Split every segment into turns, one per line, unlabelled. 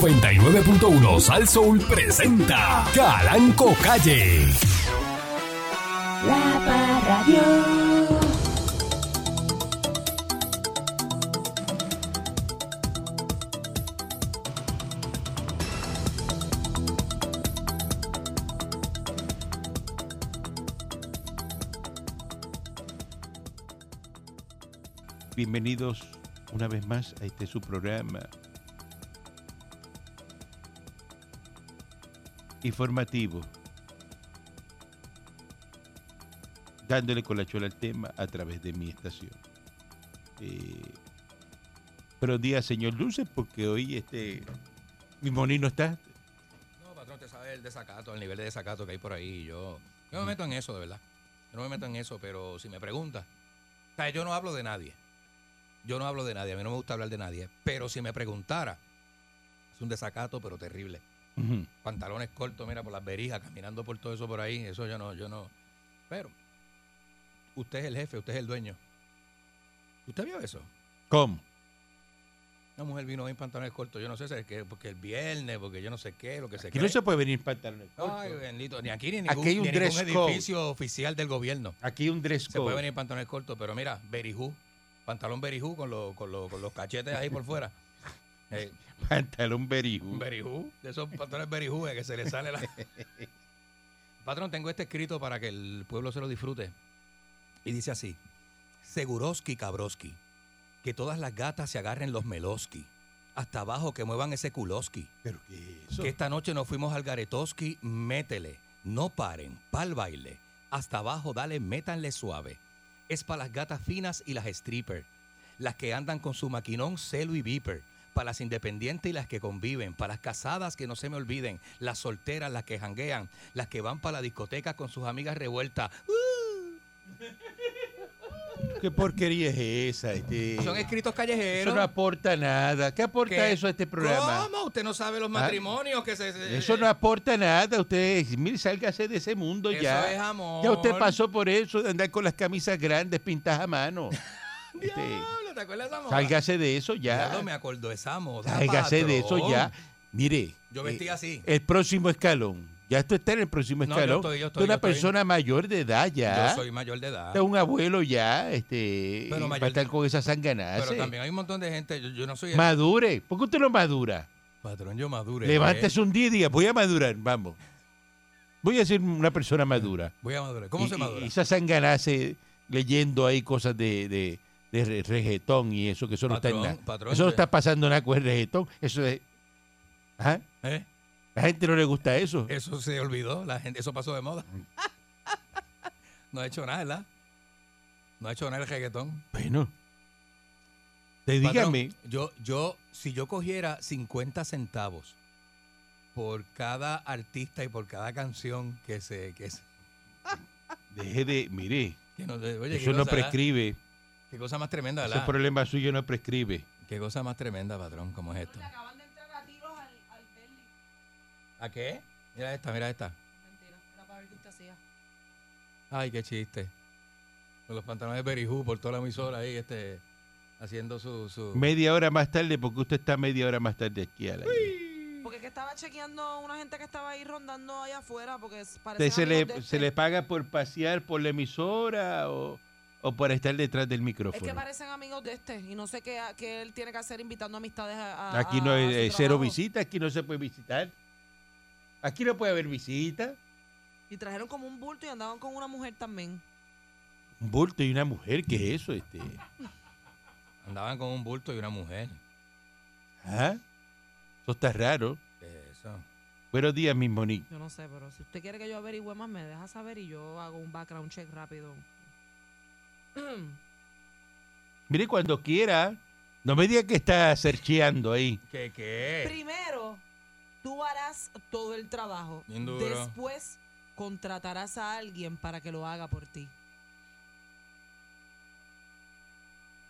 99.1 Sal Soul presenta Calanco Calle.
La Parradio.
Bienvenidos una vez más a este su programa informativo, dándole colachola al tema a través de mi estación. Eh, pero día, señor Dulce, porque hoy este mi monino está.
No, patrón, te sabe el desacato, el nivel de desacato que hay por ahí. Yo, yo no me meto en eso, de verdad. Yo no me meto en eso, pero si me preguntas, o sea, yo no hablo de nadie. Yo no hablo de nadie, a mí no me gusta hablar de nadie. Pero si me preguntara, es un desacato, pero terrible.
Ujú.
Pantalones cortos, mira, por las berijas, caminando por todo eso por ahí, eso yo no, yo no. Pero, usted es el jefe, usted es el dueño. ¿Usted vio eso?
¿Cómo?
Una mujer vino hoy en pantalones cortos, yo no sé si es que, porque el viernes, porque yo no sé qué, lo que se
Aquí
cree.
no se puede venir pantalones
Ay,
cortos.
bendito, ni aquí ni en
Aquí
ningún,
hay un
ni en ningún
dress code.
edificio oficial del gobierno.
Aquí un dress
Se puede
code.
venir pantalones cortos, pero mira, berijú, pantalón berijú con, lo- con, lo- con los cachetes ahí por fuera. Eh,
Pantalón
un
berijú.
berijú, de esos pantalones berijú eh, que se le sale la... Patrón, tengo este escrito para que el pueblo se lo disfrute. Y dice así, Seguroski Cabroski, que todas las gatas se agarren los meloski, hasta abajo que muevan ese culoski.
¿Pero qué es eso?
Que esta noche nos fuimos al Garetoski, métele, no paren, pa'l baile. Hasta abajo, dale, métanle suave. Es para las gatas finas y las stripper. Las que andan con su maquinón, celo y viper. Para las independientes y las que conviven. Para las casadas que no se me olviden. Las solteras, las que janguean. Las que van para la discoteca con sus amigas revueltas. Uh,
¿Qué porquería es esa? Este?
Son escritos
Eso
callejeros.
no aporta nada. ¿Qué aporta
¿Qué?
eso a este programa?
¿Cómo? Usted no sabe los matrimonios que se... se-
Ah. Eso no aporta nada. Usted, mire, sálgase de ese mundo
Eso
ya.
es amor.
Ya usted pasó por eso de andar con las camisas grandes pintadas a mano. Este,
Diablo, ¿te acuerdas de esa moda?
sálgase de eso
Ya
ya.
me acordó esa moda.
Sálgase de eso
patrón.
ya. Mire.
Yo
eh,
vestía así.
El próximo escalón. Ya esto está en el próximo
No, yo
escalón.
estoy, yo
Usted
estoy,
es una
yo estoy.
persona mayor de edad ya.
Yo soy mayor de edad.
Usted es un abuelo ya. Este,
Pero
y
mayor
para estar
de-
con esas sanganadas.
Pero también hay un montón de gente. Yo, yo no soy el
Madure. ¿Por qué usted no madura?
patrón, yo ¿eh? madure.
Levántese un día y diga, voy a madurar, vamos. Voy a ser una persona madura.
Voy a madurar. ¿Cómo
Y-
se
y-
madura?
Y esa sanganase leyendo ahí cosas de, de, de re- reggaetón y eso, que eso no
Patrón,
está en nada.
patrón,
eso no
yo-
está pasando nada con el reggaetón. Eso es... Ajá,
¿Eh?
La gente no le gusta eso.
Eso se olvidó. La gente, eso pasó de moda. no ha hecho nada, ¿verdad? No ha hecho nada el reggaetón.
Bueno. Te
Patrón,
dígame,
Yo, yo, si yo cogiera 50 centavos por cada artista y por cada canción que se. Que, se-
deje de... Mire,
que no- oye, qué
eso no
cosa, ah? ¿verdad?
prescribe.
Qué cosa más tremenda,
Ese
¿verdad?
problema suyo no prescribe.
Qué cosa más tremenda, patrón, como es esto.
acaban de entrar a tiros al, al Berli.
¿A qué? Mira esta, mira esta.
Mentira, era para ver qué usted hacía.
Ay, qué chiste. Con los pantalones de Berijú por toda la emisora ahí, este, haciendo su... su-
Media hora más tarde, porque usted está media hora más tarde aquí al aire.
Porque es que estaba chequeando una gente que estaba ahí rondando allá afuera porque es-
Usted
parecían
se
amigos
le, se
de este.
le paga por pasear por la emisora o, o por estar detrás del
Es que
micrófono.
parecen amigos de este y no sé qué, qué él tiene que hacer invitando amistades a, a-
aquí
a-
no
a
hay
su
eh, cero
Ah, trabajo.
visitas, aquí no se puede visitar. Aquí no puede haber visita.
Y trajeron como un bulto y andaban con una mujer también.
Un bulto y una mujer, ¿qué es eso? Este?
Andaban con un bulto y una mujer.
¿Ah? Eso está raro.
Eso.
Buenos días, mis monitos.
Yo no sé, pero si usted quiere que yo averigüe más, me deja saber y yo hago un background check rápido.
Mire, cuando quiera, no me diga que está cercheando ahí.
¿Qué, qué?
Primero, tú harás todo el trabajo.
Bien duro.
Después, contratarás a alguien para que lo haga por ti.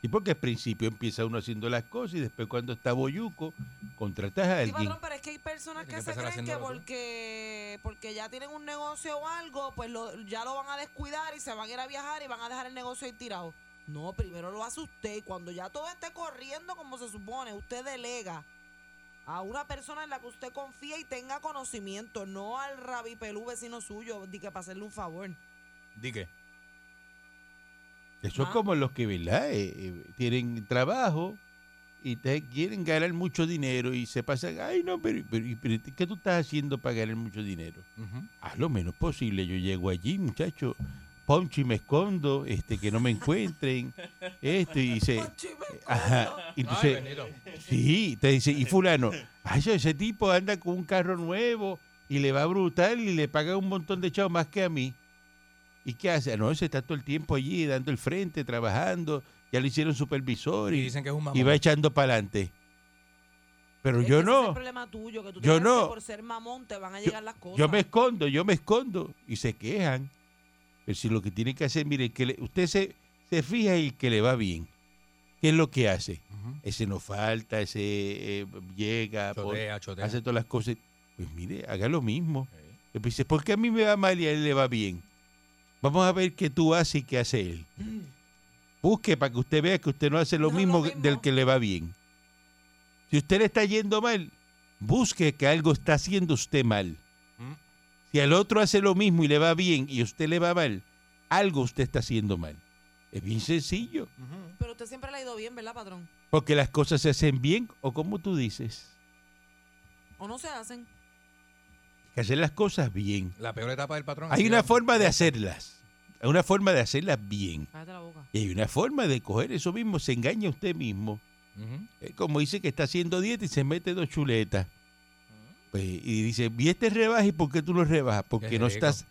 Y porque al principio empieza uno haciendo las cosas y después cuando está boyuco, contratas a
Sí,
alguien.
patrón, pero es que hay personas
Tiene
que,
que
se
empezar
creen que
haciéndolo tú.
porque, porque ya tienen un negocio o algo, pues lo- ya lo van a descuidar y se van a ir a viajar y van a dejar el negocio ahí tirado. No, primero lo hace usted y cuando ya todo esté corriendo como se supone, usted delega a una persona en la que usted confía y tenga conocimiento, no al rabipelú vecino suyo, di que para hacerle un favor.
Di que,
Eso
Ah.
es como los que, ¿verdad? Eh, eh, tienen trabajo y te quieren ganar mucho dinero y se pasan, ay, no, pero, pero, y- pero ¿qué tú estás haciendo para ganar mucho dinero?
ujú,
Haz lo menos posible. Yo llego allí, muchacho, poncho y me escondo, este, que no me encuentren, esto, y dice, ajá, y
Ay,
entonces,
bendito.
sí, te dice, y fulano, ay, ese tipo anda con un carro nuevo y le va brutal y le paga un montón de chavos más que a mí. ¿Y qué hace? Ah, No, se está todo el tiempo allí, dando el frente, trabajando, ya le hicieron supervisor
Y
y,
dicen que es un mamón.
y va echando para adelante. Pero yo
Es el
no.
problema tuyo, que tú
Yo
piensas
no.
que por ser mamón te van a llegar las cosas.
Yo me escondo, yo me escondo. Y se quejan. Pero si lo que tienen que hacer, mire, el que le- usted se, se fija y el que le va bien. ¿Qué es lo que hace?
Ujú.
Ese no falta, ese eh, llega, pon-
Chotea, chotea.
hace todas las cosas. Pues mire, haga lo mismo.
Sí.
Y pues dice, ¿por qué a mí me va mal y a él le va bien? Vamos a ver qué tú haces y qué hace él. Busque para que usted vea que usted no hace lo,
No, lo
mismo,
mismo.
del que le va bien. Si usted le está yendo mal, busque que algo está haciendo usted mal.
Mm.
Si al otro hace lo mismo y le va bien y a usted le va mal, algo usted está haciendo mal. Es bien sencillo,
Ujú.
Pero usted siempre le ha ido bien, ¿verdad, patrón?
porque las cosas se hacen bien o como tú dices,
¿O no se hacen?
hay que hacer las cosas bien.
La peor etapa del patrón. ha
Hay
sido-
una forma de hacerlas, hay una forma de hacerlas bien.
Cállate la boca.
Y hay una forma de coger eso mismo, se engaña usted mismo.
Ujú.
Eh, como dice que está haciendo dieta y se mete dos chuletas. Pues, y dice, ¿y este rebaja y por qué tú lo rebajas? Porque
Qué
no
rico.
estás...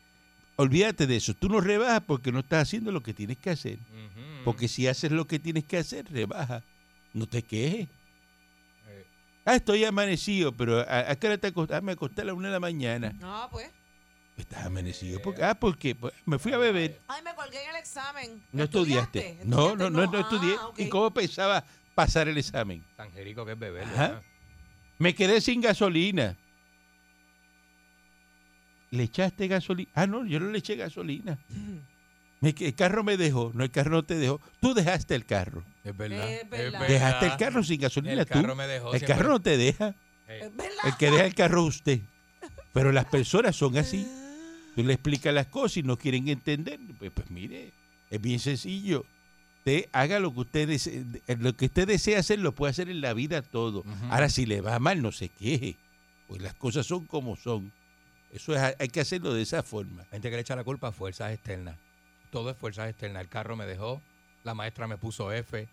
Olvídate de eso, tú no rebajas porque no estás haciendo lo que tienes que hacer.
Mm. Ujú.
Porque si haces lo que tienes que hacer, rebaja. No te quejes.
Eh,
Ah, estoy amanecido, pero ¿a, a qué hora te acost- Ah, me acosté a la una de la mañana.
No, pues.
Estás amanecido.
Eh.
¿por qué? ah, ¿por qué? Pues, me fui a beber.
Ay, me colgué en el examen.
No estudiaste. No, no, no, no estudié.
Ah, ok.
¿Y cómo pensaba pasar el examen?
Tan jerico que es beber.
Ajá.
¿verdad?
Me quedé sin gasolina. ¿Le echaste gasolina? Ah, no, yo no le eché gasolina. Me que- el carro me dejó. No, el carro no te dejó. Tú dejaste el carro.
Es verdad.
Es verdad.
Dejaste el carro sin gasolina
Pues, ah,
tú.
El carro me dejó.
el
siempre-
carro no te deja.
Eh,
Es verdad.
El que deja el carro es usted. Pero las personas son así. Tú le explicas las cosas y no quieren entender. Pues, pues mire, es bien sencillo. Usted haga lo que usted desee, lo que usted desea hacer, lo puede hacer en la vida todo.
Ujú.
Ahora, si le va mal, no se queje. Pues las cosas son como son. Eso es, hay que hacerlo de esa forma.
Gente que le echa la culpa a fuerzas externas. Todo es fuerzas externas. El carro me dejó, la maestra me puso F,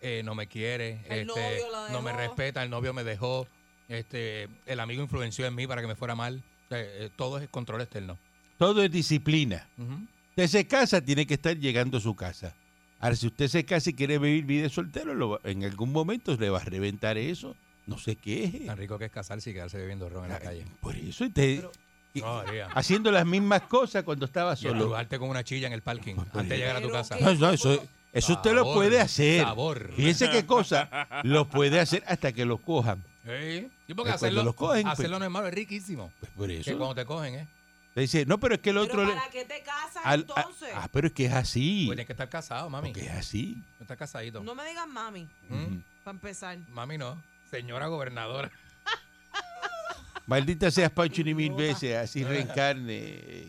eh, no me quiere,
El
este,
novio la
no me
dejó.
respeta, el novio me dejó, este, el amigo influenció en mí para que me fuera mal. Eh, eh, todo es control externo.
Todo es disciplina.
Ujú.
Usted se casa, tiene que estar llegando a su casa. Ahora, si usted se casa y quiere vivir vida de soltero, lo va- en algún momento le va a reventar eso. No se queje.
Tan rico que es casarse y quedarse bebiendo ron en la calle.
Por eso usted y-
No, haría.
haciendo las mismas cosas cuando estaba
Y
solo.
estrujarte con una chilla en el parking
Pues,
antes de llegar a tu
pero
casa.
qué-
No, no, eso, eso usted lo
Sabor,
puede hacer.
sabor.
Fíjese qué cosa. Lo puede hacer hasta que lo cojan.
Sí. Y porque
Pues cuando
hacerlo,
los cogen, pues-
hacerlo no es malo, es riquísimo.
Pues por
Que cuando
eso.
te cogen, ¿eh?
Usted dice, no, pero es que el otro...
Pero
le-
¿para qué te casas
al- a-
entonces?
ah, pero es que es así.
Pues tienes que estar casado, mami.
Porque es así.
No estás casadito.
no me digas mami,
Mm.
para empezar.
Mami no, señora gobernadora.
Maldita seas Pancho ni mil
Idiota.
veces, así reencarne eh,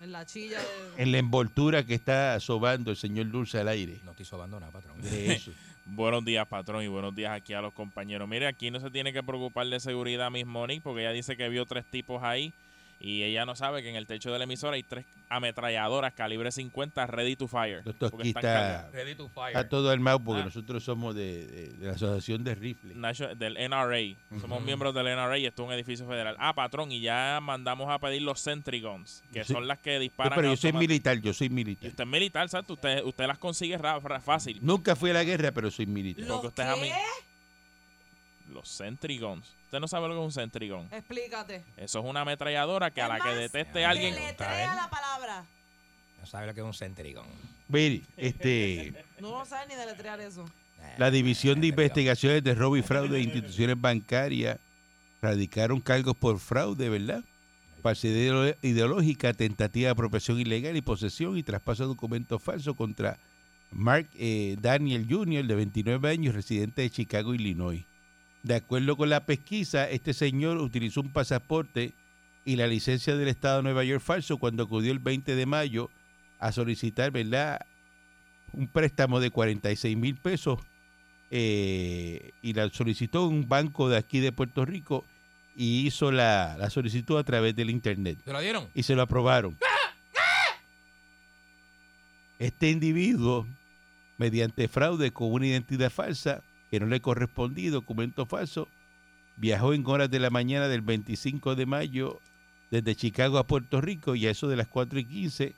En la chilla de...
en la envoltura que está sobando el señor Dulce al aire.
No te hizo abandonar, patrón.
De eso.
Buenos días, patrón, y buenos días aquí a los compañeros. Mire, aquí no se tiene que preocupar de seguridad Miss Monique, porque ella dice que vio tres tipos ahí y ella no sabe que en el techo de la emisora hay tres ametralladoras calibre 50 ready to fire.
Esto
porque
aquí
están cargadas.
está,
Ready to fire.
está todo armado porque
Ah.
nosotros somos de, de- de la Asociación de Rifles.
Nacho- del NRA. Somos
Ujú.
miembros del NRA y esto es un edificio federal. Ah, patrón, y ya mandamos a pedir los Sentry Guns, que
Sí.
son las que
No,
disparan.
pero yo soy
automáticamente.
militar, yo soy
Y
militar.
usted es militar, ¿sabes? Usted, usted las consigue ra- ra- fácil.
Nunca fui a la guerra, pero soy militar.
¿Los
porque usted es a mí.
qué?
Los Sentry Guns. Usted no sabe lo que es un Sentry Gun.
Explícate.
Eso es una ametralladora que a la que
Además,
deteste
ya,
alguien.
ya,
Deletrea
¿eh?
la palabra.
No sabe lo que es un centrigón.
Mire, este,
No lo sabes ni deletrear eso.
Eh,
la División
Este
de Investigaciones de Robo y Fraude de Instituciones Bancarias radicaron cargos por fraude, ¿verdad? Falsedad ideo- ideológica, tentativa de apropiación ilegal y posesión y traspaso de documentos falsos contra Mark eh, Daniel Jr., de 29 años, residente de Chicago, Illinois. De acuerdo con la pesquisa, este señor utilizó un pasaporte y la licencia del Estado de Nueva York falso cuando acudió el 20 de mayo a solicitar, ¿verdad? Un préstamo de 46 mil pesos eh, y la solicitó en un banco de aquí de Puerto Rico y hizo la, la solicitud a través del Internet
¿Te la dieron?
y se lo aprobaron. Este individuo, mediante fraude con una identidad falsa que no le correspondía, documento falso, viajó en horas de la mañana del 25 de mayo desde Chicago a Puerto Rico y a eso de las 4 y 15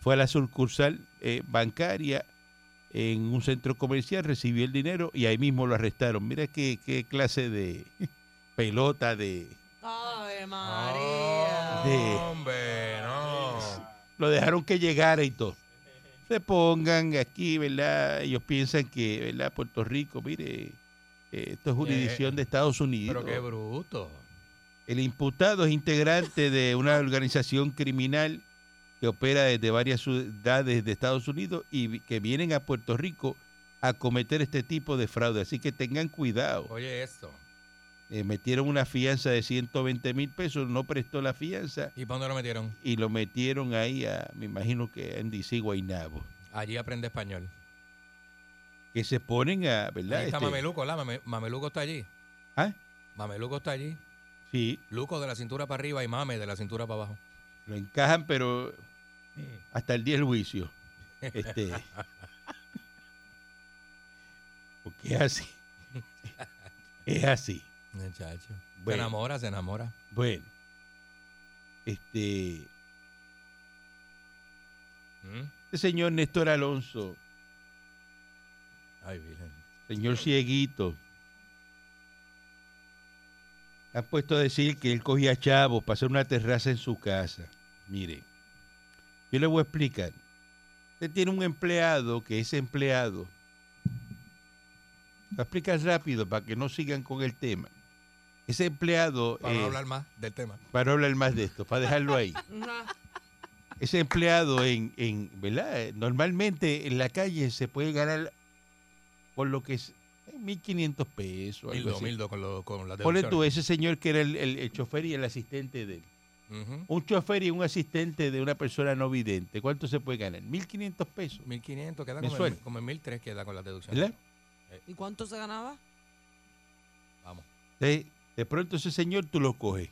fue a la sucursal eh, bancaria en un centro comercial, recibió el dinero y ahí mismo lo arrestaron. Mira qué, qué clase de pelota de...
Ave María.
de-
Hombre, no.
lo dejaron que llegara y todo. Se pongan aquí, ¿verdad? Ellos piensan que, ¿verdad? Puerto Rico, mire, eh, esto es jurisdicción de Estados Unidos.
Pero qué bruto.
El imputado es integrante de una organización criminal que opera desde varias ciudades de Estados Unidos y vi- que vienen a Puerto Rico a cometer este tipo de fraude. Así que tengan cuidado.
Oye, esto.
Eh, metieron una fianza de 120 mil pesos, no prestó la fianza
¿Y para dónde lo metieron?
y lo metieron ahí a, me imagino que en DC Guaynabo.
Allí aprende español.
que se ponen a, ¿verdad?
Ahí está
Este,
Mameluco, ¿la? Mame- Mameluco está allí.
¿Ah?
Mameluco está allí.
Sí,
Luco de la cintura para arriba y Mame de la cintura para abajo.
lo encajan, pero hasta el día del juicio. Este, porque es así. Es así.
Muchacho. Se
Bueno.
enamora, se enamora.
Bueno, este,
¿Mm?
este señor Néstor Alonso,
Ay, Virgen.
señor Cieguito, han puesto a decir que él cogía chavos para hacer una terraza en su casa. Mire, yo le voy a explicar. Usted tiene un empleado que es empleado. Lo explicas rápido para que no sigan con el tema. Ese empleado,
Para
eh,
no hablar más del tema.
para no hablar más de esto, para dejarlo ahí. Ese empleado en, en ¿verdad? Eh, Normalmente en la calle se puede ganar por lo que es eh, 1.500 pesos. algo
Mildo,
así.
Mildo con, lo, con la
Ponle tú,
deducción.
ese señor que era el, el- el chofer y el asistente de él.
Ujú.
Un chofer y un asistente de una persona no vidente. ¿Cuánto se puede ganar? 1.500 pesos.
1500, queda como
Mensual.
en, como en 1003 queda con la deducción.
¿Verdad?
¿Y cuánto se ganaba?
Vamos.
De, de pronto ese señor tú lo coges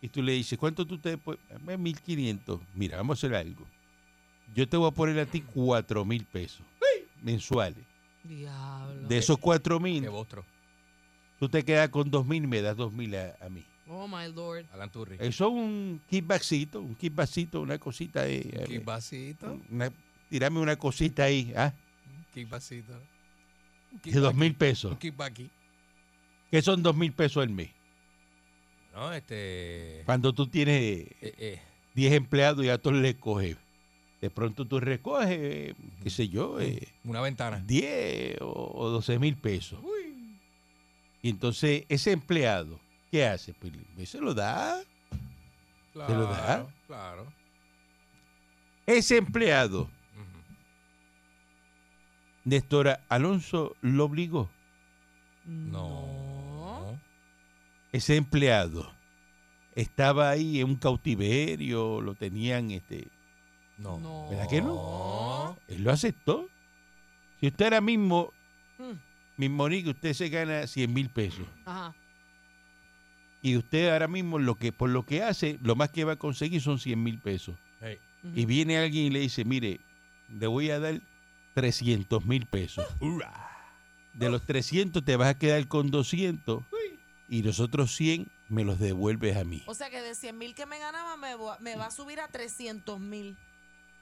y tú le dices, ¿cuánto tú te puedes? 1500. Mira, vamos a hacer algo. Yo te voy a poner a ti 4000 pesos mensuales.
Diablo.
De esos
Qué
4000,
bostro.
tú te quedas con 2000 y me das 2000 a, a mí.
Oh my lord.
Alan Turri.
Eso es un kickbackcito, un kickbackcito, una cosita ahí. eh,
Kickbacito,
una- tirame una cosita ahí, ¿ah?
kickbacito. Un
De 2000
Un
pesos.
kickbacki.
¿Qué son 2000 pesos al mes?
No, este. eh,
Cuando tú tienes
eh,
10 empleados y a todos les coges. De pronto tú recoges, eh, qué sé yo, eh,
una ventana.
10 o, o 12 mil pesos. Y entonces ese empleado, ¿qué hace? Pues le- se lo da.
Claro,
lo da?
Claro.
Ese empleado,
Ujú.
Néstor Alonso, lo obligó.
No.
Ese empleado estaba ahí en un cautiverio, lo tenían, este,
No.
No.
¿verdad que no? él lo aceptó. Si usted ahora mismo,
Mm.
mismo que usted se gana 100 mil pesos.
Ajá.
Y usted ahora mismo lo que por lo que hace, lo más que va a conseguir son 100 mil pesos.
Hey,
Ujú.
Y viene alguien y le dice, mire, le voy a dar 300 mil pesos. De los 300 te vas a quedar con 200 y los otros 100 me los devuelves a mí.
O sea que de 100 mil que me ganaba me, vo- me va a subir a 300 mil.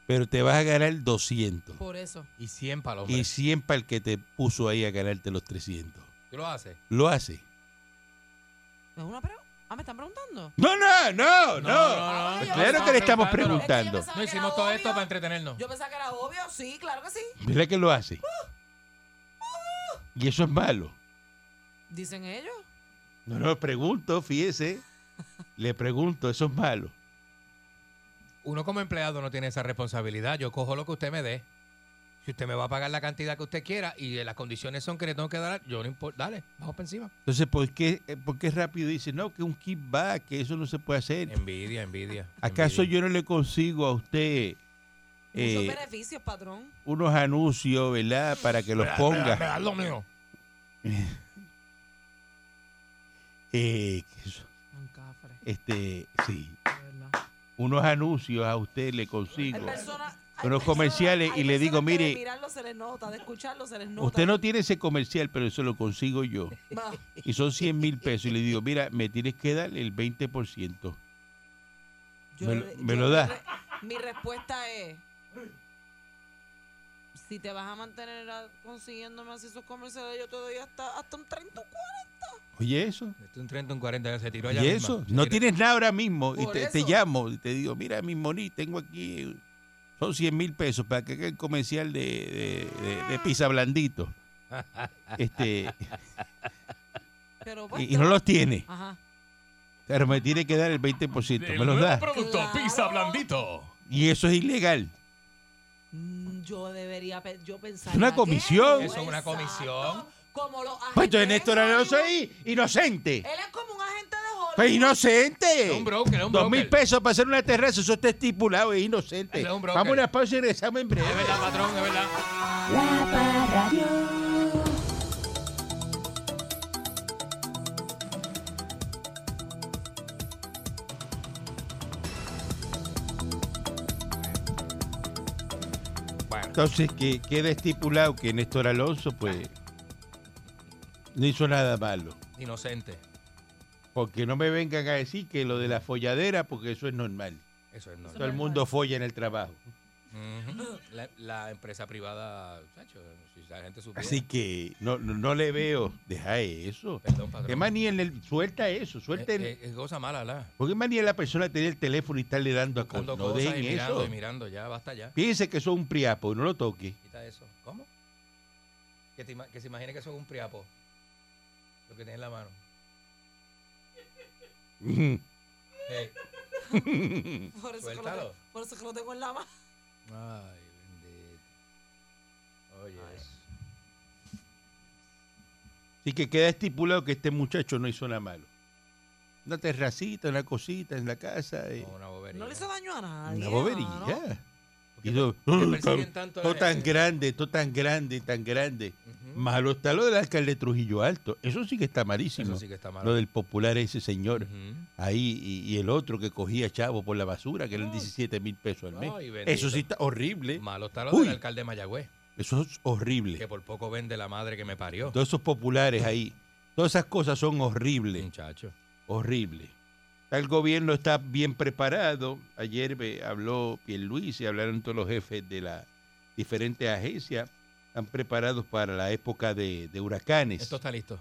Pero te vas a ganar 200
Por eso.
Y 100 para los
y 100 para el que te puso ahí a ganarte los 300.
¿Tú lo haces?
¿Lo hace?
¿Es una pre- Ah, me están preguntando.
No, no, no, no.
no, no,
claro
no,
que le estamos
preguntando.
preguntando.
Es que yo
No hicimos todo esto para entretenernos.
Yo pensaba que era obvio, sí, claro que sí.
Mira que lo hace. Y eso es malo.
Dicen ellos.
No, no, pregunto, fíjese. Le pregunto, eso es malo.
Uno como empleado no tiene esa responsabilidad. Yo cojo lo que usted me dé. Si usted me va a pagar la cantidad que usted quiera y eh, las condiciones son que le tengo que dar, yo no importa. Dale, vamos para encima.
Entonces, ¿por qué, eh, ¿por qué rápido dice, no, que un kickback, que eso no se puede
Em,
hacer?
Envidia, envidia.
¿Acaso
envidia.
yo no le consigo a usted
Muchos
eh,
beneficios, patrón.
unos anuncios, ¿verdad? Para que los
Me da- me da- Me
ponga.
da lo mío.
Eh, que eso-
Un cafre,
este, sí,
de verdad.
unos anuncios a usted le
Hay
consigo.
personas. hay
Unos
personas-
comerciales
hay
y le digo,
personas que de
mire-
mirarlo se les nota, de escucharlo se les nota.
Usted no tiene ese comercial, pero eso lo consigo yo.
Va.
Y son 100 mil pesos. Y le digo, mira, me tienes que dar el 20%.
Yo
Me
le-
lo-
yo
me lo
le-
da.
Mi respuesta es: si te vas a mantener a- consiguiéndome así esos comerciales, yo te doy hasta, hasta un 30 o 40.
Oye, eso.
Esto es un 30, un 40, se tiró
Y
allá. misma.
eso.
Se
No
tiró-
tienes nada ahora mismo. Y
Por
te, te
eso.
llamo y te digo, mira, mi moní, tengo aquí. eh, Son 100 mil pesos para que haga el comercial de, de, de- de pizza blandito. Este,
Pero pues,
y,
te
y no
va-
los tiene.
Ajá.
Pero me tiene que dar el 20%. Me los da.
producto
Claro.
Pizza Blandito.
Y eso es ilegal.
Mm, Yo debería, pe- yo pensar.
una comisión.
Eso es una comisión.
Como los
Pues entonces
agentes
Néstor
de
Alonso
Hollywood.
ahí, inocente.
Él es como un agente de Hollywood.
Pues inocente.
Es un broker, es un broker.
Dos mil pesos para hacer una terraza, eso está estipulado, es inocente.
Ese es un broker.
Vamos a una pausa y regresamos en breve.
Es verdad, patrón, es verdad.
La Parradio.
Entonces que queda estipulado que Néstor Alonso, pues, no hizo nada malo.
Inocente.
Porque no me vengan a decir que lo de la folladera, porque eso es normal.
Eso es normal.
Todo el mundo folla en el trabajo.
Ujú. la, la empresa privada, chacho, si la gente supiera.
Así que no, no, no le veo, deja eso.
Perdón, patrón.
¿Qué manía en el- suelta eso, suelta el-
Eh, eh, es cosa mala, ¿verdad?
¿Por qué manía la persona tener el teléfono y estarle dando a cosas?
Buscando
No
cosas y
dejen
mirando
eso.
y mirando, ya, basta ya.
Piense que eso es un priapo y no lo toque.
Quita eso. ¿Cómo? Que, te ima- que se imagine que son un priapo. Lo que tiene en la mano. Eh,
Por eso, que lo,
Suéltalo.
tengo- por eso que lo tengo en la mano.
Ay, bendito. Oye, eso.
Así que queda estipulado que este muchacho no hizo nada malo. Una terracita, una cosita en la casa. eh,
No, una bobería.
No le hizo daño a nadie.
una bobería.
mano.
Y yo,
qué
"Ay, tan-
persiguen tanto a la
todo tan
gente?"
grande, todo tan grande, tan grande.
Ujú.
Malo está lo del alcalde Trujillo Alto. Eso sí que está malísimo.
Eso sí que está mal.
Lo del popular ese señor.
Ujú.
Ahí y, y el otro que cogía chavo por la basura, que eran 17 mil pesos al mes.
Ay, bendito.
Eso sí está horrible.
Malo está lo
Uy.
del alcalde de Mayagüez,
Eso es horrible.
que por poco vende la madre que me parió.
Todos esos populares ahí. Todas esas cosas son horribles.
Muchacho.
horrible. El gobierno está bien preparado. Ayer eh, habló Pierluis y hablaron todos los jefes de las diferentes agencias. Están preparados para la época de, de huracanes.
Esto está listo.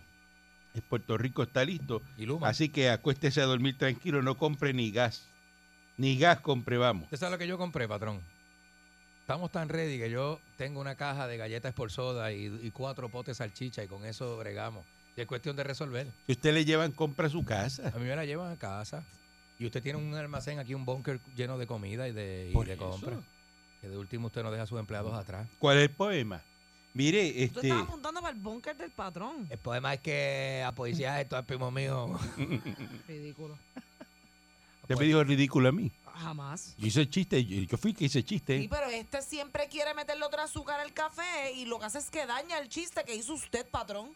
Eh, Puerto Rico está listo.
Y Luma.
Así que acuéstese a dormir tranquilo. No compre ni gas. Ni gas compre, vamos.
¿Usted sabe lo que yo compré, patrón? Estamos tan ready que yo tengo una caja de galletas por soda y, y cuatro potes de salchicha y con eso bregamos. Y es cuestión de resolver.
Si usted le llevan, compra a su
A
casa.
mí me la llevan a casa y usted tiene un almacén aquí, un búnker lleno de comida y de, y
Por
de
eso.
compras. Que de último usted no deja a sus empleados atrás.
¿Cuál es el poema? Mire,
Tú
este.
estabas apuntando para el búnker del patrón.
El problema es que a policía esto es primo mío. Em,
Ridículo.
Usted me dijo ridículo a mí.
Jamás.
Yo hice el chiste. Yo, yo fui que hice el chiste.
Sí, pero este siempre quiere meterle otro azúcar al café y lo que hace es que daña el chiste que hizo usted, patrón.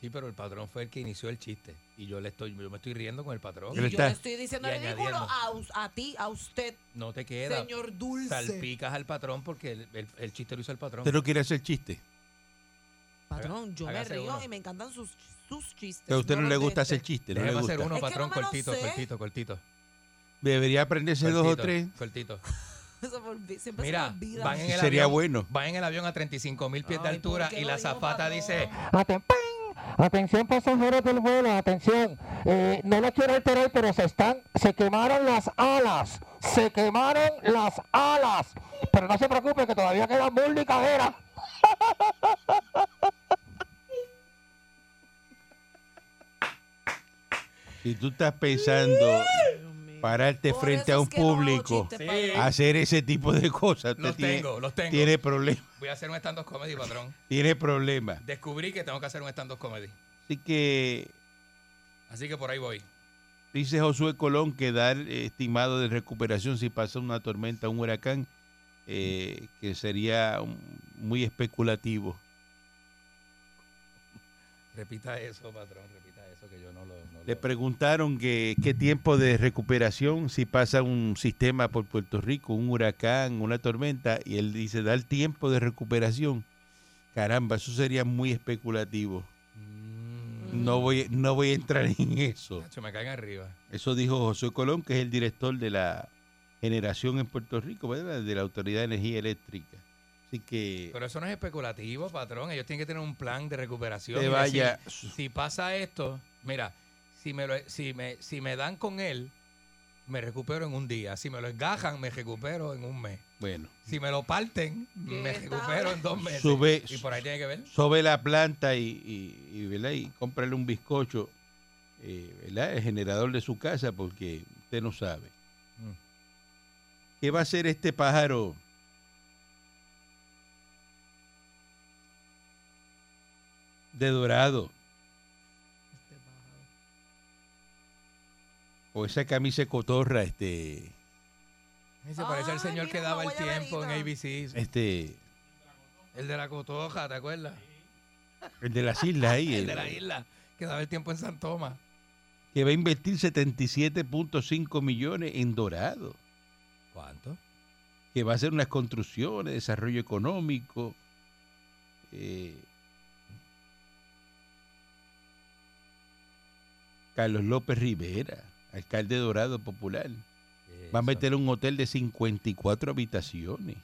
Sí, pero el patrón fue el que inició el chiste. Y yo le estoy, yo me estoy riendo con el patrón.
Y yo
Él está-
le estoy diciendo
y
ridículo
añadiendo.
a, us- a ti, a usted,
No te queda.
señor Dulce.
Salpicas al patrón porque el, el- el chiste lo hizo el patrón.
Usted no quiere hacer chiste.
Patrón, yo me
hágase
río
uno.
y me encantan sus, sus chistes.
Pero a usted no,
los
le
de
gusta
este.
hacer chiste. No le
Déjeme
gusta.
hacer uno,
Es que
patrón,
no me lo
cortito,
sé.
cortito, cortito,
Debería aprenderse dos o
Cortito,
tres.
Cortito.
Eso por- siempre se
Mira,
me olvida.
van en el
Sería
avión.
bueno.
Van en el avión a 35 mil pies de
Ay,
altura
¿por qué
y
lo
la
dijo,
zafata
patrón?
dice.
Aten- ¡ping! Atención pasajeros del vuelo, atención. Eh, no los quiero alterar, pero se están, se quemaron las alas, se quemaron las alas. Pero no se preocupe que todavía quedan burla y cadera.
Si tú estás pensando pararte
Por
frente
eso
a
es
un
que no hago
público,
chistes,
Sí.
patrón.
hacer ese tipo de cosas, usted
Los
tiene,
tengo, los tengo.
tiene problemas,
Voy a hacer un stand-up comedy, patrón.
tiene problemas.
Descubrí que tengo que hacer un stand-up comedy.
Así que
Así que por ahí voy.
Dice Josué Colón que dar eh, estimado de recuperación si pasa una tormenta, un huracán, eh, que sería un- muy especulativo.
Repita eso, patrón, repita eso, que yo no lo... no
Le
lo-
preguntaron que qué tiempo de recuperación si pasa un sistema por Puerto Rico, un huracán, una tormenta, y él dice dar tiempo de recuperación. Caramba, eso sería muy especulativo.
Mm,
No voy, no voy a entrar en eso.
Nacho, me caen arriba.
Eso dijo José Colón, que es el director de la generación en Puerto Rico, ¿verdad? De la Autoridad de Energía Eléctrica. Así que
Pero eso no es especulativo, patrón. Ellos tienen que tener un plan de recuperación.
te
y
vaya.
decir, si pasa esto, mira, si me, lo- si, me, si me dan con él, me recupero en un día. Si me lo engajan, me recupero en un mes.
Bueno,
Si me lo parten, me
está
recupero en dos meses.
Sube-
Y por ahí tiene que ver.
sobe la planta y, y, y, ¿verdad? y cómprale un bizcocho, eh, ¿verdad? El generador de su casa, porque usted no sabe.
Mm.
¿Qué va a hacer este pájaro? De dorado.
Este pájaro.
O esa camisa de cotorra, este.
Y se parece
Ay,
al señor que
mira,
daba
una
el tiempo en ABC.
Este.
El de la cotoja, ¿te acuerdas?
El de las islas ahí.
El de la isla, que daba el tiempo en San Tomás.
que va a invertir 77.5 millones en dorado,
¿Cuánto?
que va a hacer unas construcciones, desarrollo económico. eh. Carlos López Rivera, alcalde de Dorado Popular, va a meter un hotel de 54 habitaciones,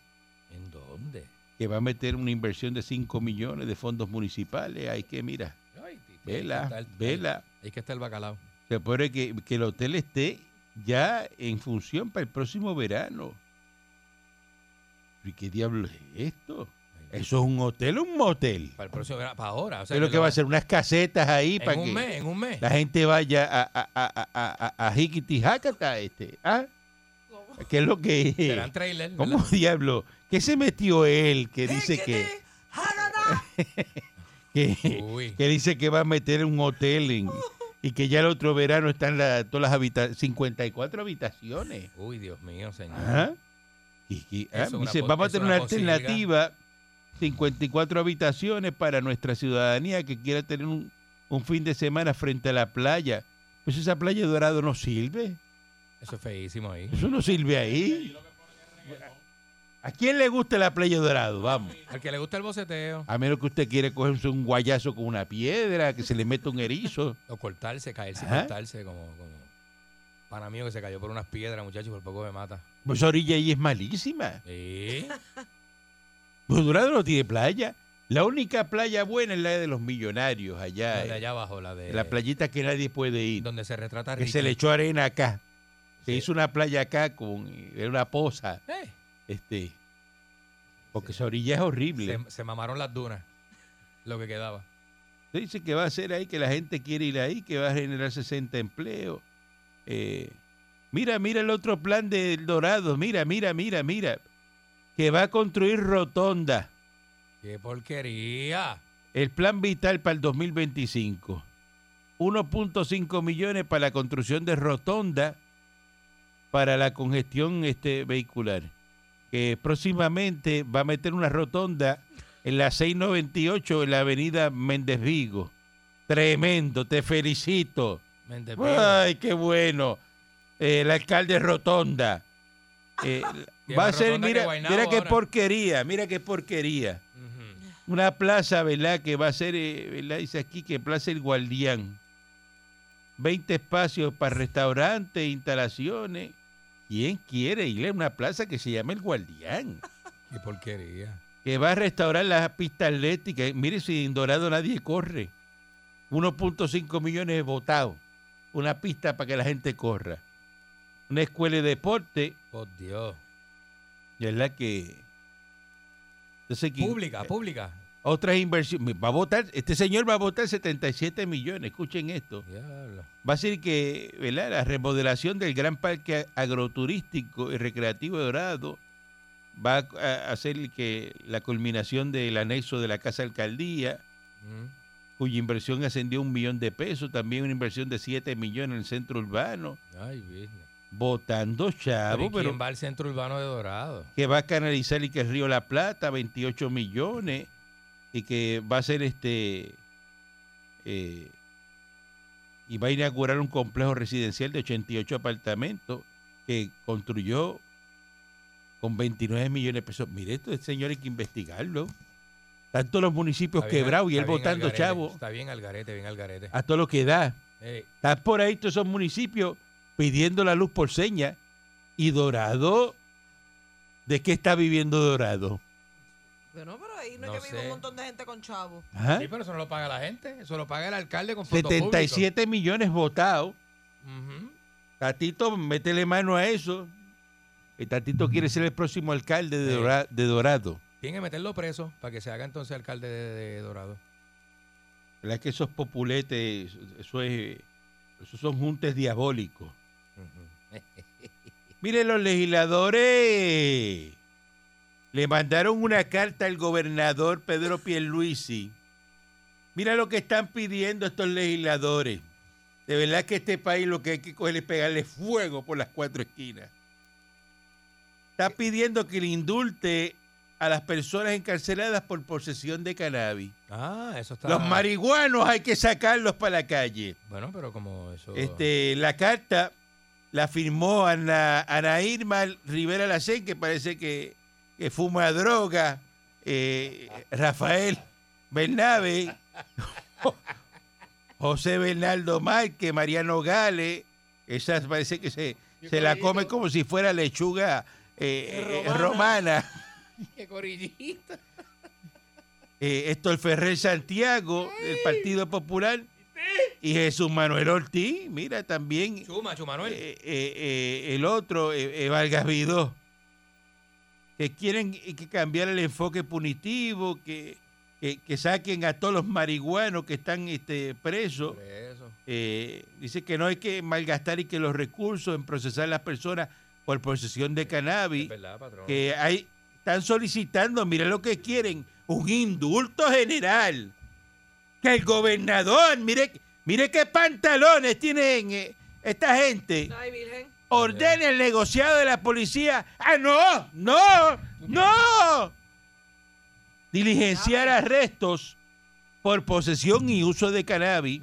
¿En dónde?
que va a meter una inversión de 5 millones de fondos municipales. Hay que, mira,
Ay, tito, ahí está
vela,
el-
vela.
Ahí, ahí que está el bacalao.
Se supone que, que el hotel esté ya en función para el próximo verano. ¿Y qué diablo es esto? ¿Eso es un hotel o un motel?
Para el próximo verano, para ahora. O sea,
¿Qué es lo que va a hacer? Unas casetas ahí
En
para
un
que
mes, en un mes.
la gente vaya a, a, a, a, a, a jiquitijácata, este. ¿Ah? ¿Qué es lo que
Serán
es?
trailer.
¿Cómo
¿verdad?
diablo? ¿Qué se metió él que dice que,
Jiquiti, jarana.
que,
Uy.
que dice que va a meter un hotel en- y que ya el otro verano están la- todas las habita 54 habitaciones?
Uy, Dios mío, señor.
Ajá. ¿Ah? Y- y- ah,
Es una
dice,
po-
vamos a
es
tener
una
una
posibilidad.
alternativa, 54 habitaciones para nuestra ciudadanía que quiera tener un, un fin de semana frente a la playa. Pues esa playa de dorado no sirve.
Eso es feísimo ahí.
Eso no sirve ahí. ¿A quién le gusta la playa de dorado? Vamos.
Al que le gusta el boceteo
A menos que usted quiera cogerse un guayazo con una piedra, que se le meta un erizo.
o cortarse, caerse, y
Ajá.
cortarse como, como pana mío que se cayó por unas piedras, muchachos, por poco me mata.
Pues esa orilla ahí es malísima.
¿Sí?
Pues Dorado no tiene playa. La única playa buena es la de los millonarios allá.
La de
eh.
allá abajo, la de
La playita que nadie puede ir.
donde se retrata
Que
rico.
se le echó arena acá. Se
Sí.
hizo una playa acá con eh, era una poza.
Eh,
Este, porque esa orilla es horrible.
se, se mamaron las dunas, lo que quedaba.
Se dice que va a ser ahí, que la gente quiere ir ahí, que va a generar 60 empleos. Eh, mira, mira el otro plan de El Dorado. Mira, mira, mira, mira. Que va a construir rotonda.
¡Qué porquería!
El plan vital para el 2025. 1.5 millones para la construcción de rotonda para la congestión este, vehicular. Que próximamente va a meter una rotonda en la 698 en la avenida Méndez Vigo. Tremendo, te felicito.
Mente pila.
Ay, qué bueno. Eh, el alcalde Rotonda. Eh, va a ser,
Rotonda que
mira,
Guaynabo
mira qué
ahora.
porquería, mira qué porquería
Ujú.
una plaza, ¿verdad? Que va a ser, eh, ¿verdad? Dice aquí que Plaza El Guardián. 20 espacios para restaurantes, instalaciones. ¿Quién quiere ir a una plaza que se llama El Guardián?
¡Qué porquería!
Que va a restaurar las pistas atléticas. Mire, si en Dorado nadie corre. 1.5 millones de votados. Una pista para que la gente corra. Una escuela de deporte,
¡Por Dios!
¿verdad? Que... Entonces, ¿quién- eh.
Pública, pública.
otras inversiones. Va a votar, este señor va a votar 77 millones, escuchen esto.
Diablo.
Va a ser que ¿verdad? la remodelación del gran parque agroturístico y recreativo de Dorado va a- a hacer que la culminación del anexo de la Casa Alcaldía,
Mm.
cuya inversión ascendió a un millón de pesos, también una inversión de 7 millones en el centro urbano,
Ay, virgen.
votando
Pero ¿y
chavo, pero
¿Quién va al centro urbano de Dorado?
que va a canalizar y que el río La Plata, 28 millones, y que va a ser este. eh, y va a inaugurar un complejo residencial de 88 apartamentos que construyó con 29 millones de pesos. Mire, esto este señor hay que investigarlo. Tanto los municipios
Está bien
quebrados
al-
Pues y él
está bien al
votando,
garete,
chavo, Ah,
Está bien al garete, bien al garete.
a todo lo que da.
Ey,
Están por ahí todos esos municipios pidiendo la luz por seña. Y Dorado, ¿de qué está viviendo Dorado?
Bueno, pero ahí no,
No
es que vive
sé.
un montón de gente con chavo.
Ajá.
Sí, pero eso no lo paga la gente. Eso lo paga el alcalde con fondos
77 millones votados.
públicos. Ujú.
Tatito, métele mano a eso. El Tatito quiere ser el próximo alcalde de,
Sí.
Dora- de Dorado.
Tienen que meterlo preso para que se haga entonces alcalde de, de Dorado.
¿Verdad que esos populetes, eso es, esos son juntes diabólicos? Miren, los legisladores le mandaron una carta al gobernador Pedro Pierluisi. Mira lo que están pidiendo estos legisladores. De verdad que este país lo que hay que coger es pegarle fuego por las cuatro esquinas. Está pidiendo que le indulte a las personas encarceladas por posesión de cannabis.
Ah, eso está.
Los marihuanos hay que sacarlos para la calle.
Bueno, pero como eso.
Este, la carta la firmó Ana, Ana Irma Rivera Lacén, que parece que, que fuma droga. eh, Rafael Bernabe, José Bernardo Márquez, Mariano Gale. Esas parece que se, se la come como si fuera lechuga eh, eh, romana.
Qué corillito.
eh, Héctor Ferrer Santiago, del Partido Popular, y Jesús Manuel Ortiz, mira, también
Chuma, Chumanuel.
eh, eh, eh, el otro, eh, eh, Vargas Vidó, que quieren eh, que cambiar el enfoque punitivo, que, que- que saquen a todos los marihuanos que están este, presos.
Preso.
Eh, dice que no hay que malgastar y que los recursos en procesar a las personas por posesión de
Es
cannabis
verdad, patrón.
que hay, están solicitando, mira lo que quieren, un indulto general. Que el gobernador, mire, mire qué pantalones tienen eh, esta gente.
Ay, virgen.
Ordene el negociado de la policía. ¡Ah, no! ¡No! ¡No! Diligenciar arrestos por posesión y uso de cannabis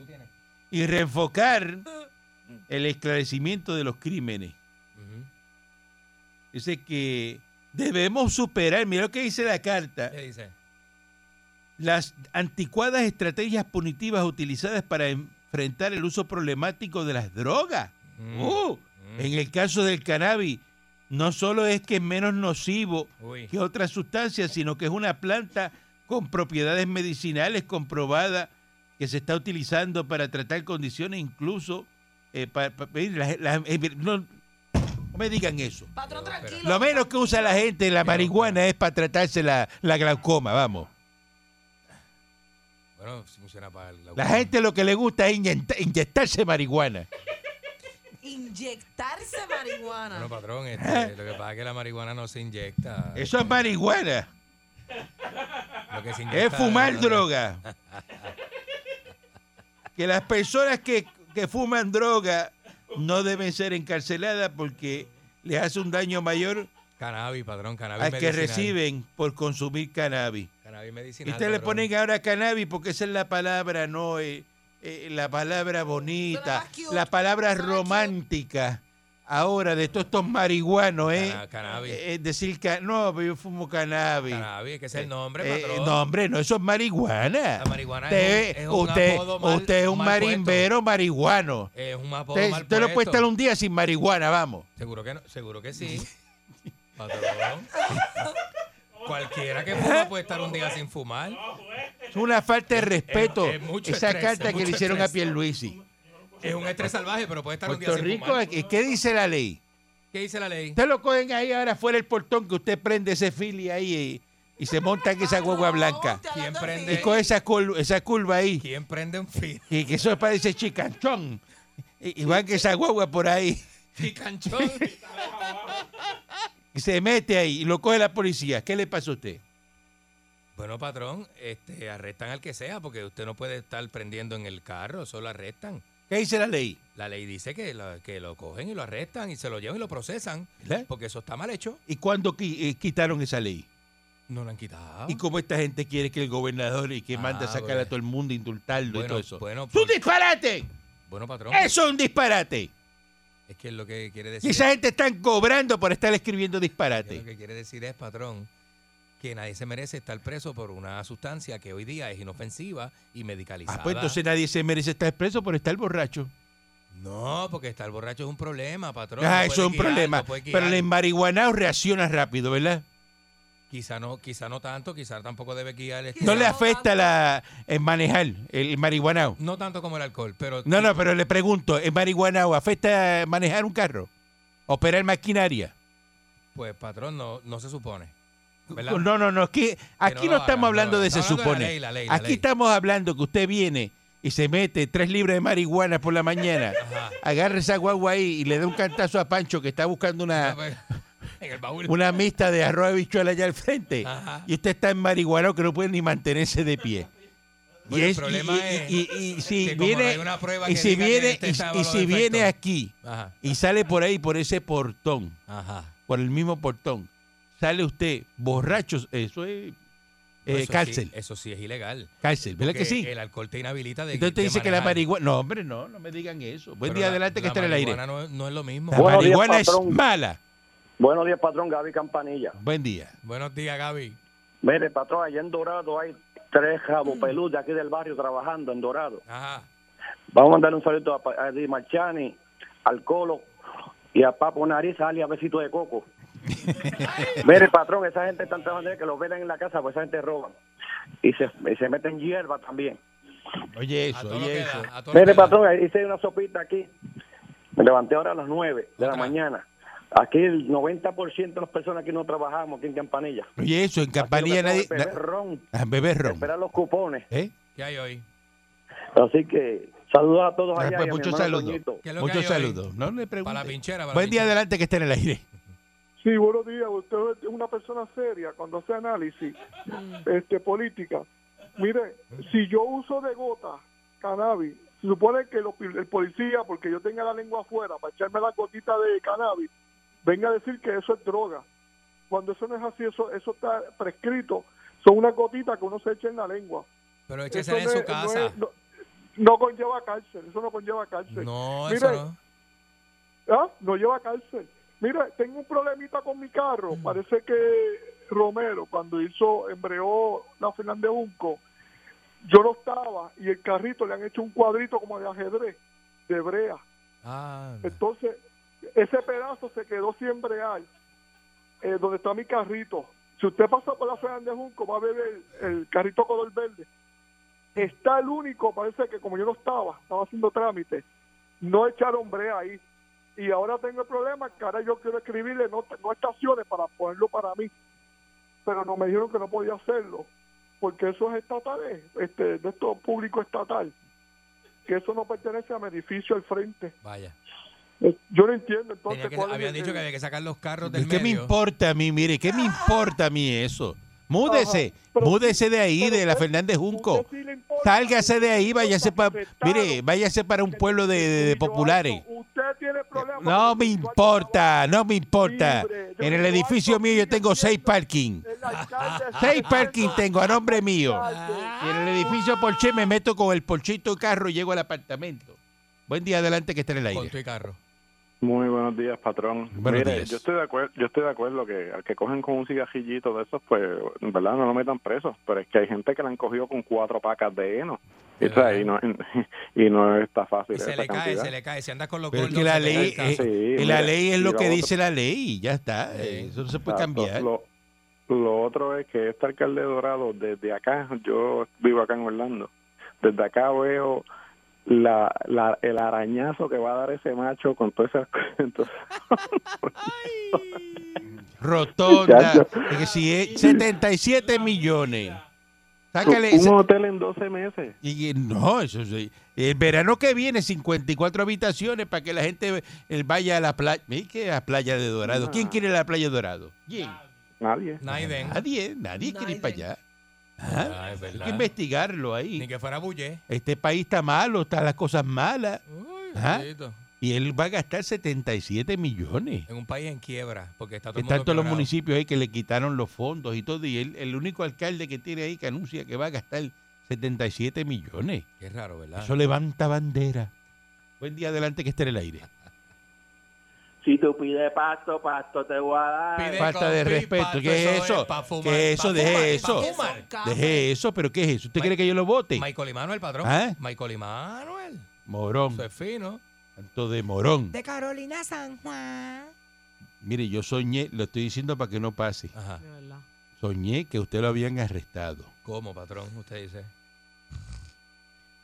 y reenfocar el esclarecimiento de los crímenes.
Ujú.
Dice que debemos superar, mira lo que dice la carta,
¿Qué dice?
las anticuadas estrategias punitivas utilizadas para enfrentar el uso problemático de las drogas.
Mm.
Uh,
Mm.
en el caso del cannabis, no solo es que es menos nocivo
Uy.
que otras sustancias, sino que es una planta con propiedades medicinales comprobadas que se está utilizando para tratar condiciones incluso... eh, pa- pa- las- las- eh, no- no me digan eso.
Patrón,
Pero, pero-
tranquilo.
Lo menos que usa la gente la marihuana es para tratarse la, la glaucoma, vamos.
Bueno, si funciona para el-
La gente lo que le gusta es inyecta- inyectarse marihuana.
Inyectarse marihuana.
Bueno, patrón, este, lo que pasa es que la marihuana no se inyecta.
Eso es marihuana,
Lo que se
es
inyecta-
fumar droga. Que las personas que, que fuman droga no deben ser encarceladas porque les hace un daño mayor
Cannabis, patrón, cannabis
al que
medicinal.
reciben por consumir cannabis.
Cannabis
Y
medicinal.
ustedes le
patrón.
ponen ahora cannabis porque esa es la palabra, no eh, eh, la palabra bonita,
Suena más cute,
la palabra
suena cute.
romántica. Ahora, de todos estos marihuanos, ¿eh?
Cana- cannabis.
Eh, eh, decir, ca- no, pero yo fumo cannabis.
Cannabis, que es el nombre,
Eh,
patrón.
no, hombre, no, eso es marihuana.
La marihuana es
usted
un- es un
usted,
apodo mal-
usted es un
mal puesto.
marimbero marihuano.
Es un mapa
Usted,
mal
usted lo puede
puesto.
estar un día sin marihuana, vamos.
Seguro que no, seguro que sí. Patrón. Cualquiera que fuma puede estar un día sin fumar.
Es una falta de respeto
es- es mucho
esa
estrés,
carta
es
que le
mucho
hicieron a
estrés.
Pierluisi.
Es un estrés salvaje, pero puede estar un día
Puerto
sin
Rico,
fumar.
¿qué dice la ley?
¿Qué dice la ley?
Usted lo cogen ahí ahora fuera el portón que usted prende ese fili ahí. eh, y se monta en esa guagua blanca.
Estoy hablando
¿Quién
así.
prende?
Y con esa, cul- esa curva ahí.
¿Quién prende un fil?
Y que eso parece chicanchón. Y, y van que esa guagua por ahí.
Picanchón.
Y se mete ahí y lo coge la policía. ¿Qué le pasa a usted?
Bueno, patrón, este, arrestan al que sea porque usted no puede estar prendiendo en el carro, eso lo arrestan.
¿Qué dice la ley?
La ley dice que lo, que lo cogen y lo arrestan y se lo llevan y lo procesan
¿Verdad?
porque eso está mal hecho.
¿Y cuándo qui- eh, quitaron esa ley?
No lo han quitado.
¿Y cómo esta gente quiere que el gobernador y que
Ah,
manda a sacar
bueno.
a todo el mundo, indultarlo y
Bueno, pues,
todo eso?
bueno,
¡Es un
por-
disparate!
Bueno, patrón,
¡Eso es un disparate!
es que lo que quiere
Y
decir
esa
es,
gente están cobrando por estar escribiendo
que lo
disparate.
que quiere decir es, patrón, que nadie se merece estar preso por una sustancia que hoy día es inofensiva y medicalizada.
Ah, pues entonces nadie se merece estar preso por estar borracho.
No, porque estar borracho es un problema, patrón.
ah,
no
eso es un
puede guiar,
problema.
no puede
Pero
guiar.
el marihuanao reacciona rápido, ¿verdad?
Quizá no, quizá no tanto, quizá tampoco debe guiar. este-
No le
no
afecta
tanto.
la, el manejar, el marihuanao.
No tanto como el alcohol, pero.
No, no, pero le pregunto, ¿el marihuanao afecta manejar un carro? ¿Operar maquinaria?
Pues, patrón, no, no se supone. ¿Verdad?
No, no, no, es que aquí
lo
no
hagan,
estamos hablando
no,
de se
estamos hablando de
supone.
la ley, la ley, la
Aquí
ley.
estamos hablando que usted viene y se mete tres libras de marihuana por la mañana, agarra esa guagua ahí y le da un cantazo a Pancho que está buscando una,
En el baúl.
una mista de arroz de bichuela allá al frente.
Ajá.
Y usted está en marihuana que no puede ni mantenerse de pie. y
Bueno, el
es- y-
problema
y-
es
y- y- y si
que como no
viene,
hay una prueba
y
que
si
diga que
viene-
este
y-
estaba
y
bajo
si
los
viene
efectos.
aquí
Ajá,
y sale por ahí, por ese portón,
ajá.
por el mismo portón, sale usted borracho, eso es eh,
No, eso sí-
cárcel,
eso sí es ilegal.
cárcel, ¿verdad que
porque
sí?
El alcohol te inhabilita de.
Entonces te
de
dice que la
manejar.
marihuana. No, hombre, no, no me digan eso. Buen
Pero
día,
la-
adelante, que
la
está en el aire.
marihuana No, no es lo mismo.
La
Buenos días,
marihuana es
patrón.
mala.
Buenos días, patrón Gaby Campanilla.
Buen día.
Buenos días, Gaby.
Mire, patrón, allá en Dorado hay tres jabos pelú de aquí del barrio trabajando en Dorado.
Ajá.
Vamos a mandarle un saludo a, Pa- a Di Marchani, al Colo y a Papo Nariz, alias Besito de Coco. Mire, patrón, esa gente está trabajando que los velan en la casa, pues esa gente roba. Y se, y se meten hierba también.
Oye
a
eso,
todo lo que
oye eso.
da, a todo lo
Mire,
que da.
patrón, ahí hice una sopita aquí. Me levanté ahora a las 9 de
Ah.
la
Otra.
mañana. Aquí el 90% de las personas que no trabajamos aquí en Campanilla.
Oye eso, en
Aquí lo
campanilla
que
nadie.
tengo es beber
na-
ron,
Ah, Bebé ron.
esperar los cupones.
¿Eh?
¿Qué hay hoy?
Así que saludos a todos
Ah,
allá.
pues,
y a mi
muchos
hermano
saludos.
Toñito.
¿Qué es lo que
Muchos
hay hoy?
saludos. No le pregunte.
Para la pinchera. para la
Buen día,
pinchera.
adelante, que está en el aire.
Sí, buenos días. Usted es una persona seria cuando hace análisis este, política. Mire, si yo uso de gota cannabis, se supone que los pil- el policía, porque yo tenga la lengua afuera para echarme la gotita de cannabis, venga a decir que eso es droga. Cuando eso no es así, eso, eso está prescrito. Son unas gotitas que uno se echa en la lengua.
Pero
Eso
échesela en
no
su
es- no
casa.
es- no- no conlleva cárcel. Eso no conlleva cárcel.
No,
Mire,
eso no.
¿Ah? No lleva cárcel. Mira, tengo un problemita con mi carro. Parece que Romero, cuando hizo, embreó la Fernández Unco, yo no estaba y el carrito le han hecho un cuadrito como de ajedrez, de brea.
Ah,
Entonces, ese pedazo se quedó siempre ahí, donde está mi carrito. Si usted pasa por la Fernández Junco, va a ver el, el carrito color verde. Está el único, parece que como yo no estaba, estaba haciendo trámites, no echaron brea ahí. Y ahora tengo el problema que ahora yo quiero escribirle no, no estaciones para ponerlo para mí. Pero no me dijeron que no podía hacerlo, porque eso es estatal, eh, este, de esto público estatal, que eso no pertenece a mi edificio al frente.
vaya.
Yo no entiendo entonces.
Tenía que-
cuál es
habían
el-
dicho que había que sacar los carros del
¿Qué me
medio.
importa a mí? Mire, ¿qué me importa a mí eso? Múdese,
Ajá, pero-
múdese de ahí,
pero
de la
usted-
Fernández Junco.
usted sí le importa,
Sálgase de ahí,
usted
váyase
está
para,
afectado,
mire, váyase para un pueblo de, de- de
yo
populares.
algo- Usted tiene problemas.
No me
porque yo
importa,
algo-
no me importa.
libre. Yo
En el
digo,
edificio
algo
mío yo
sigue
tengo seis
siendo-
parking.
El alcalde está
Seis
Ah,
haciendo
parking tengo a nombre mío.
alcalde.
Y en el edificio Porsche me meto con el porchito de carro y llego al apartamento. Buen día adelante que está en el
Con tu
aire.
y carro.
Muy buenos días, patrón.
Buenos
Mire,
días.
yo estoy de acuerdo, yo estoy de acuerdo que al que cogen con un cigajillito de esos, pues, en verdad no lo metan preso, pero es que hay gente que la han cogido con cuatro pacas de heno. Y, o sea, y no, y no está fácil.
Y se
esa
le cae,
cantidad.
se le cae. Si andas con los
Pero es
gordos,
que la
se te cae
ley,
el
caso.
es,
carro.
Sí,
que la
mira,
ley es lo
mira
que
otro.
dice la ley, ya está. eh, Eso no se puede
Exacto.
cambiar.
Lo, lo otro es que este alcalde de Dorado, desde acá, yo vivo acá en Orlando, desde acá veo la, la- el arañazo que va a dar ese macho con todo ese... entonces-
rotonda.
Chacho.
Es que si es 77 millones. Sácale.
Un hotel en 12 meses.
Y, y no, eso sí. El verano que viene, 54 habitaciones para que la gente eh, vaya a la playa. ¿Qué la playa de Dorado? ¿Quién quiere la playa de Dorado? ¿Quién?
Nadie.
Naiden.
Nadie, nadie quiere ir para allá. Ajá.
Ah, es
Hay
verdad.
que investigarlo ahí.
Ni que fuera bulle.
Este país está malo, están las cosas malas.
Uy,
Ajá.
bendito.
Y él va a gastar 77 millones.
En un país en quiebra, porque está todo el
Están
mundo
todos los
quebrado.
municipios ahí que le quitaron los fondos y todo. Y él, el único alcalde que tiene ahí que anuncia que va a gastar 77 millones.
Qué raro, ¿verdad?
Eso levanta bandera. Buen día adelante que esté en el aire.
Si tú pides pasto, pasto te voy a dar.
Pide
Falta de
con pipa,
respeto. ¿Qué es eso?
pa' fumar,
¿Qué es
pa'
eso?
fumar,
Deje
pa'
eso.
fumar.
Son
Deje eso, pero ¿qué es eso? ¿Usted
Ma-
quiere que yo lo vote?
Michael Emanuel, patrón.
¿Ah?
Michael Emanuel.
Morón,
Eso es fino.
tanto de morón.
De Carolina San Juan.
Mire, yo soñé, lo estoy diciendo para que no pase.
Ajá.
De verdad.
Soñé que usted lo habían arrestado.
¿Cómo, patrón? Usted dice.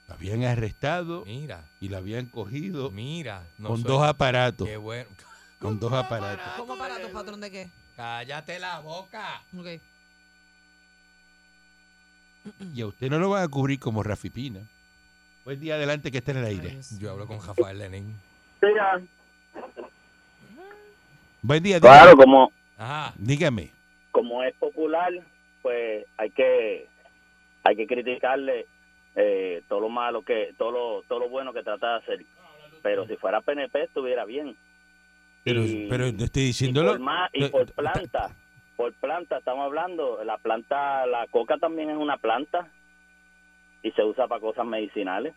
Lo habían arrestado
Mira,
y lo habían cogido
mira. no
con
soy-
dos aparatos.
Qué bueno.
Con dos aparatos.
¿Cómo para tu patrón de qué?
Cállate la boca.
Ok.
Y a usted no lo van a cubrir como Rafi Pina. Buen día adelante que esté en el
Ay,
aire.
Dios.
Yo hablo
Mm.
con Rafael Lenin.
Mira,
Buen día, dígame.
Claro, como,
Ajá.
dígame.
como es popular, pues hay que hay que criticarle eh, todo lo malo que todo lo, todo lo bueno que trata de hacer. Pero si fuera PNP estuviera bien.
Pero,
Y-
pero no estoy
y por,
diciéndolo.
ma- y
eh,
por
ta-
planta, por planta estamos hablando, la planta, la coca también es una planta y se usa para cosas medicinales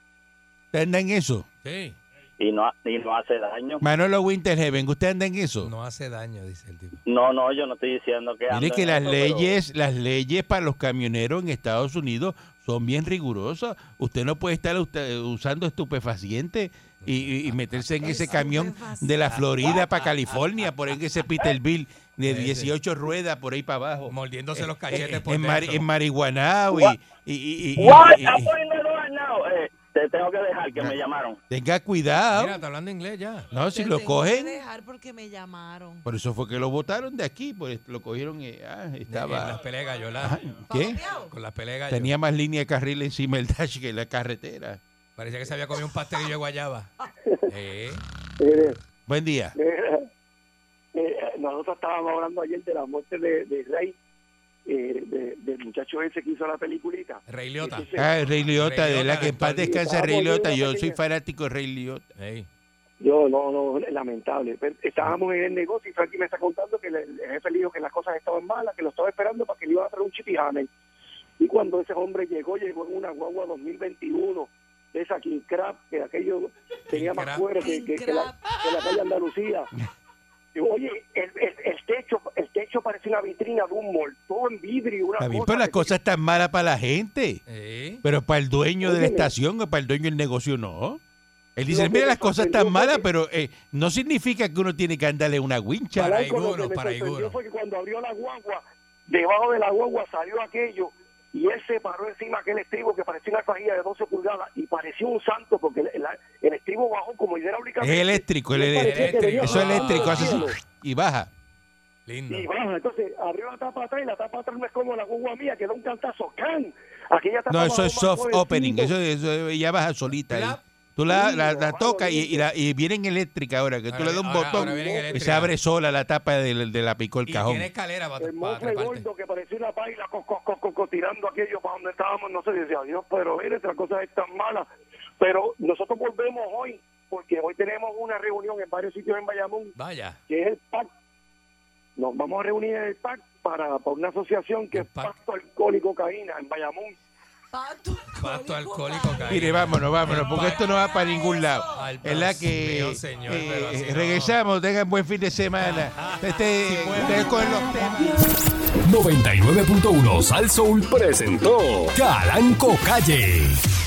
¿Usted anda en eso?
Sí.
y no ha- y no hace daño.
Manolo Winterheaven, ¿usted anda en eso?
No hace daño, dice el tipo.
No, no, yo no estoy diciendo que
Mire
ando
que
en
las
eso, pero-
leyes, las leyes para los camioneros en Estados Unidos son bien rigurosas. Usted no puede estar usted- usando estupefacientes y, y- y meterse en ese camión de la Florida para California, por ahí en ese Peterbilt de
Sí, sí.
18 ruedas por ahí para abajo.
Mordiéndose los
Eh,
cachetes
eh,
por
En, Mari-
dentro.
en Marihuanao y,
What?
y- y- y-
What?
y- Ah.
I'm
y-
putting the door now. Eh, te tengo que dejar
Ya.
que me llamaron.
tenga cuidado.
Mira, está hablando inglés ya.
No, si
Te
lo
tengo que
cogen.
dejar porque me llamaron.
Por eso fue que lo votaron de aquí, pues lo cogieron. eh, ah,
En las
estaba.
peleas de Gallo,
Ajá, ¿Qué?
Papeado.
Con las peleas de gallo.
Tenía más línea de carril encima del dash que la carretera.
Parecía que se había comido un pastelillo de guayaba. Eh,
Mire,
Buen día.
mira, eh, nosotros estábamos hablando ayer de la muerte de, de Rey, eh, de- del muchacho ese que hizo la peliculita.
Rey Liotta.
Ese-
Ah, el Rey Liotta,
Rey
de la
Liotta,
que en paz
Antonio.
descansa Rey
Estábamos
Liotta.
viendo
Yo
la
soy
película.
fanático de Rey Liotta.
Ey.
Yo, no, no, lamentable. Pero Estábamos en el negocio y Frankie me está contando que el, el jefe le dijo que las cosas estaban malas, que lo estaba esperando para que le iba a traer un chipijame. Y cuando ese hombre llegó, llegó en una guagua 2021, de esa King Crab, que aquello tenía más
Crab.
cuero que, que- que la, que la calle Andalucía. Y, Oye, el, el- el techo el techo parece una vitrina de un mall, todo en vidrio. Una
Está bien, pero la
que-
cosa está mala para la gente.
Eh.
Pero para el dueño de la
Óyeme.
estación o para el dueño del negocio, no. Él dice,
Lo que
mira,
me
las cosas están
sorprendió
malas,
fue
pero eh, no significa que uno tiene que andarle una wincha.
Para
Blanco, lo que
algunos,
me
para
sorprendió
algunos.
fue que cuando abrió la guagua, debajo de la guagua salió aquello y él se paró encima de aquel estribo que parecía una cajilla de 12 pulgadas y parecía un santo porque el, la- el estribo bajó como
Es
hidráulicamente.
eléctrico, él-
Yo parecía que venía
eso es
bajando
eléctrico,
del
hace así
cielo.
y baja.
Lindo.
Y bueno, entonces abrió la tapa atrás y la tapa atrás no es como la guagua mía que da un cantazo. ¡Can! Aquella tapa
No, eso
bajó
es
más
soft
suavecito.
opening, eso, eso ella baja solita. ahí.
Claro.
Tú la,
Sí,
la,
lo
la
más
tocas y,
bonito.
y la- y viene en eléctrica ahora, que tú
Ahora-
le das un
ahora-
botón
ahora viene en
y se
eléctrica.
abre sola la tapa del- de, la picó el
Y
cajón.
tiene escalera para,
El mofle gordo que parecía una paila co, co, co, co, co, tirando aquello para donde estábamos, no sé, yo decía, Dios, pero mire, estas cosas están malas. Pero nosotros volvemos hoy, porque hoy tenemos una reunión en varios sitios en Bayamón,
Vaya.
que es el PAC. Nos vamos a reunir en el PAC para, para una asociación que
El
es
PAC.
Pacto Alcohólico Caína en Bayamón.
Pato,
Pacto alcohólico caído.
Mire, vámonos, vámonos, porque esto no va para ningún lado.
Al
Es la
Dios
que
mío, señor,
eh,
pero así no.
regresamos, tengan buen fin de semana. Este, ustedes con los temas.
99.1 Sal Soul presentó Calanco Calle.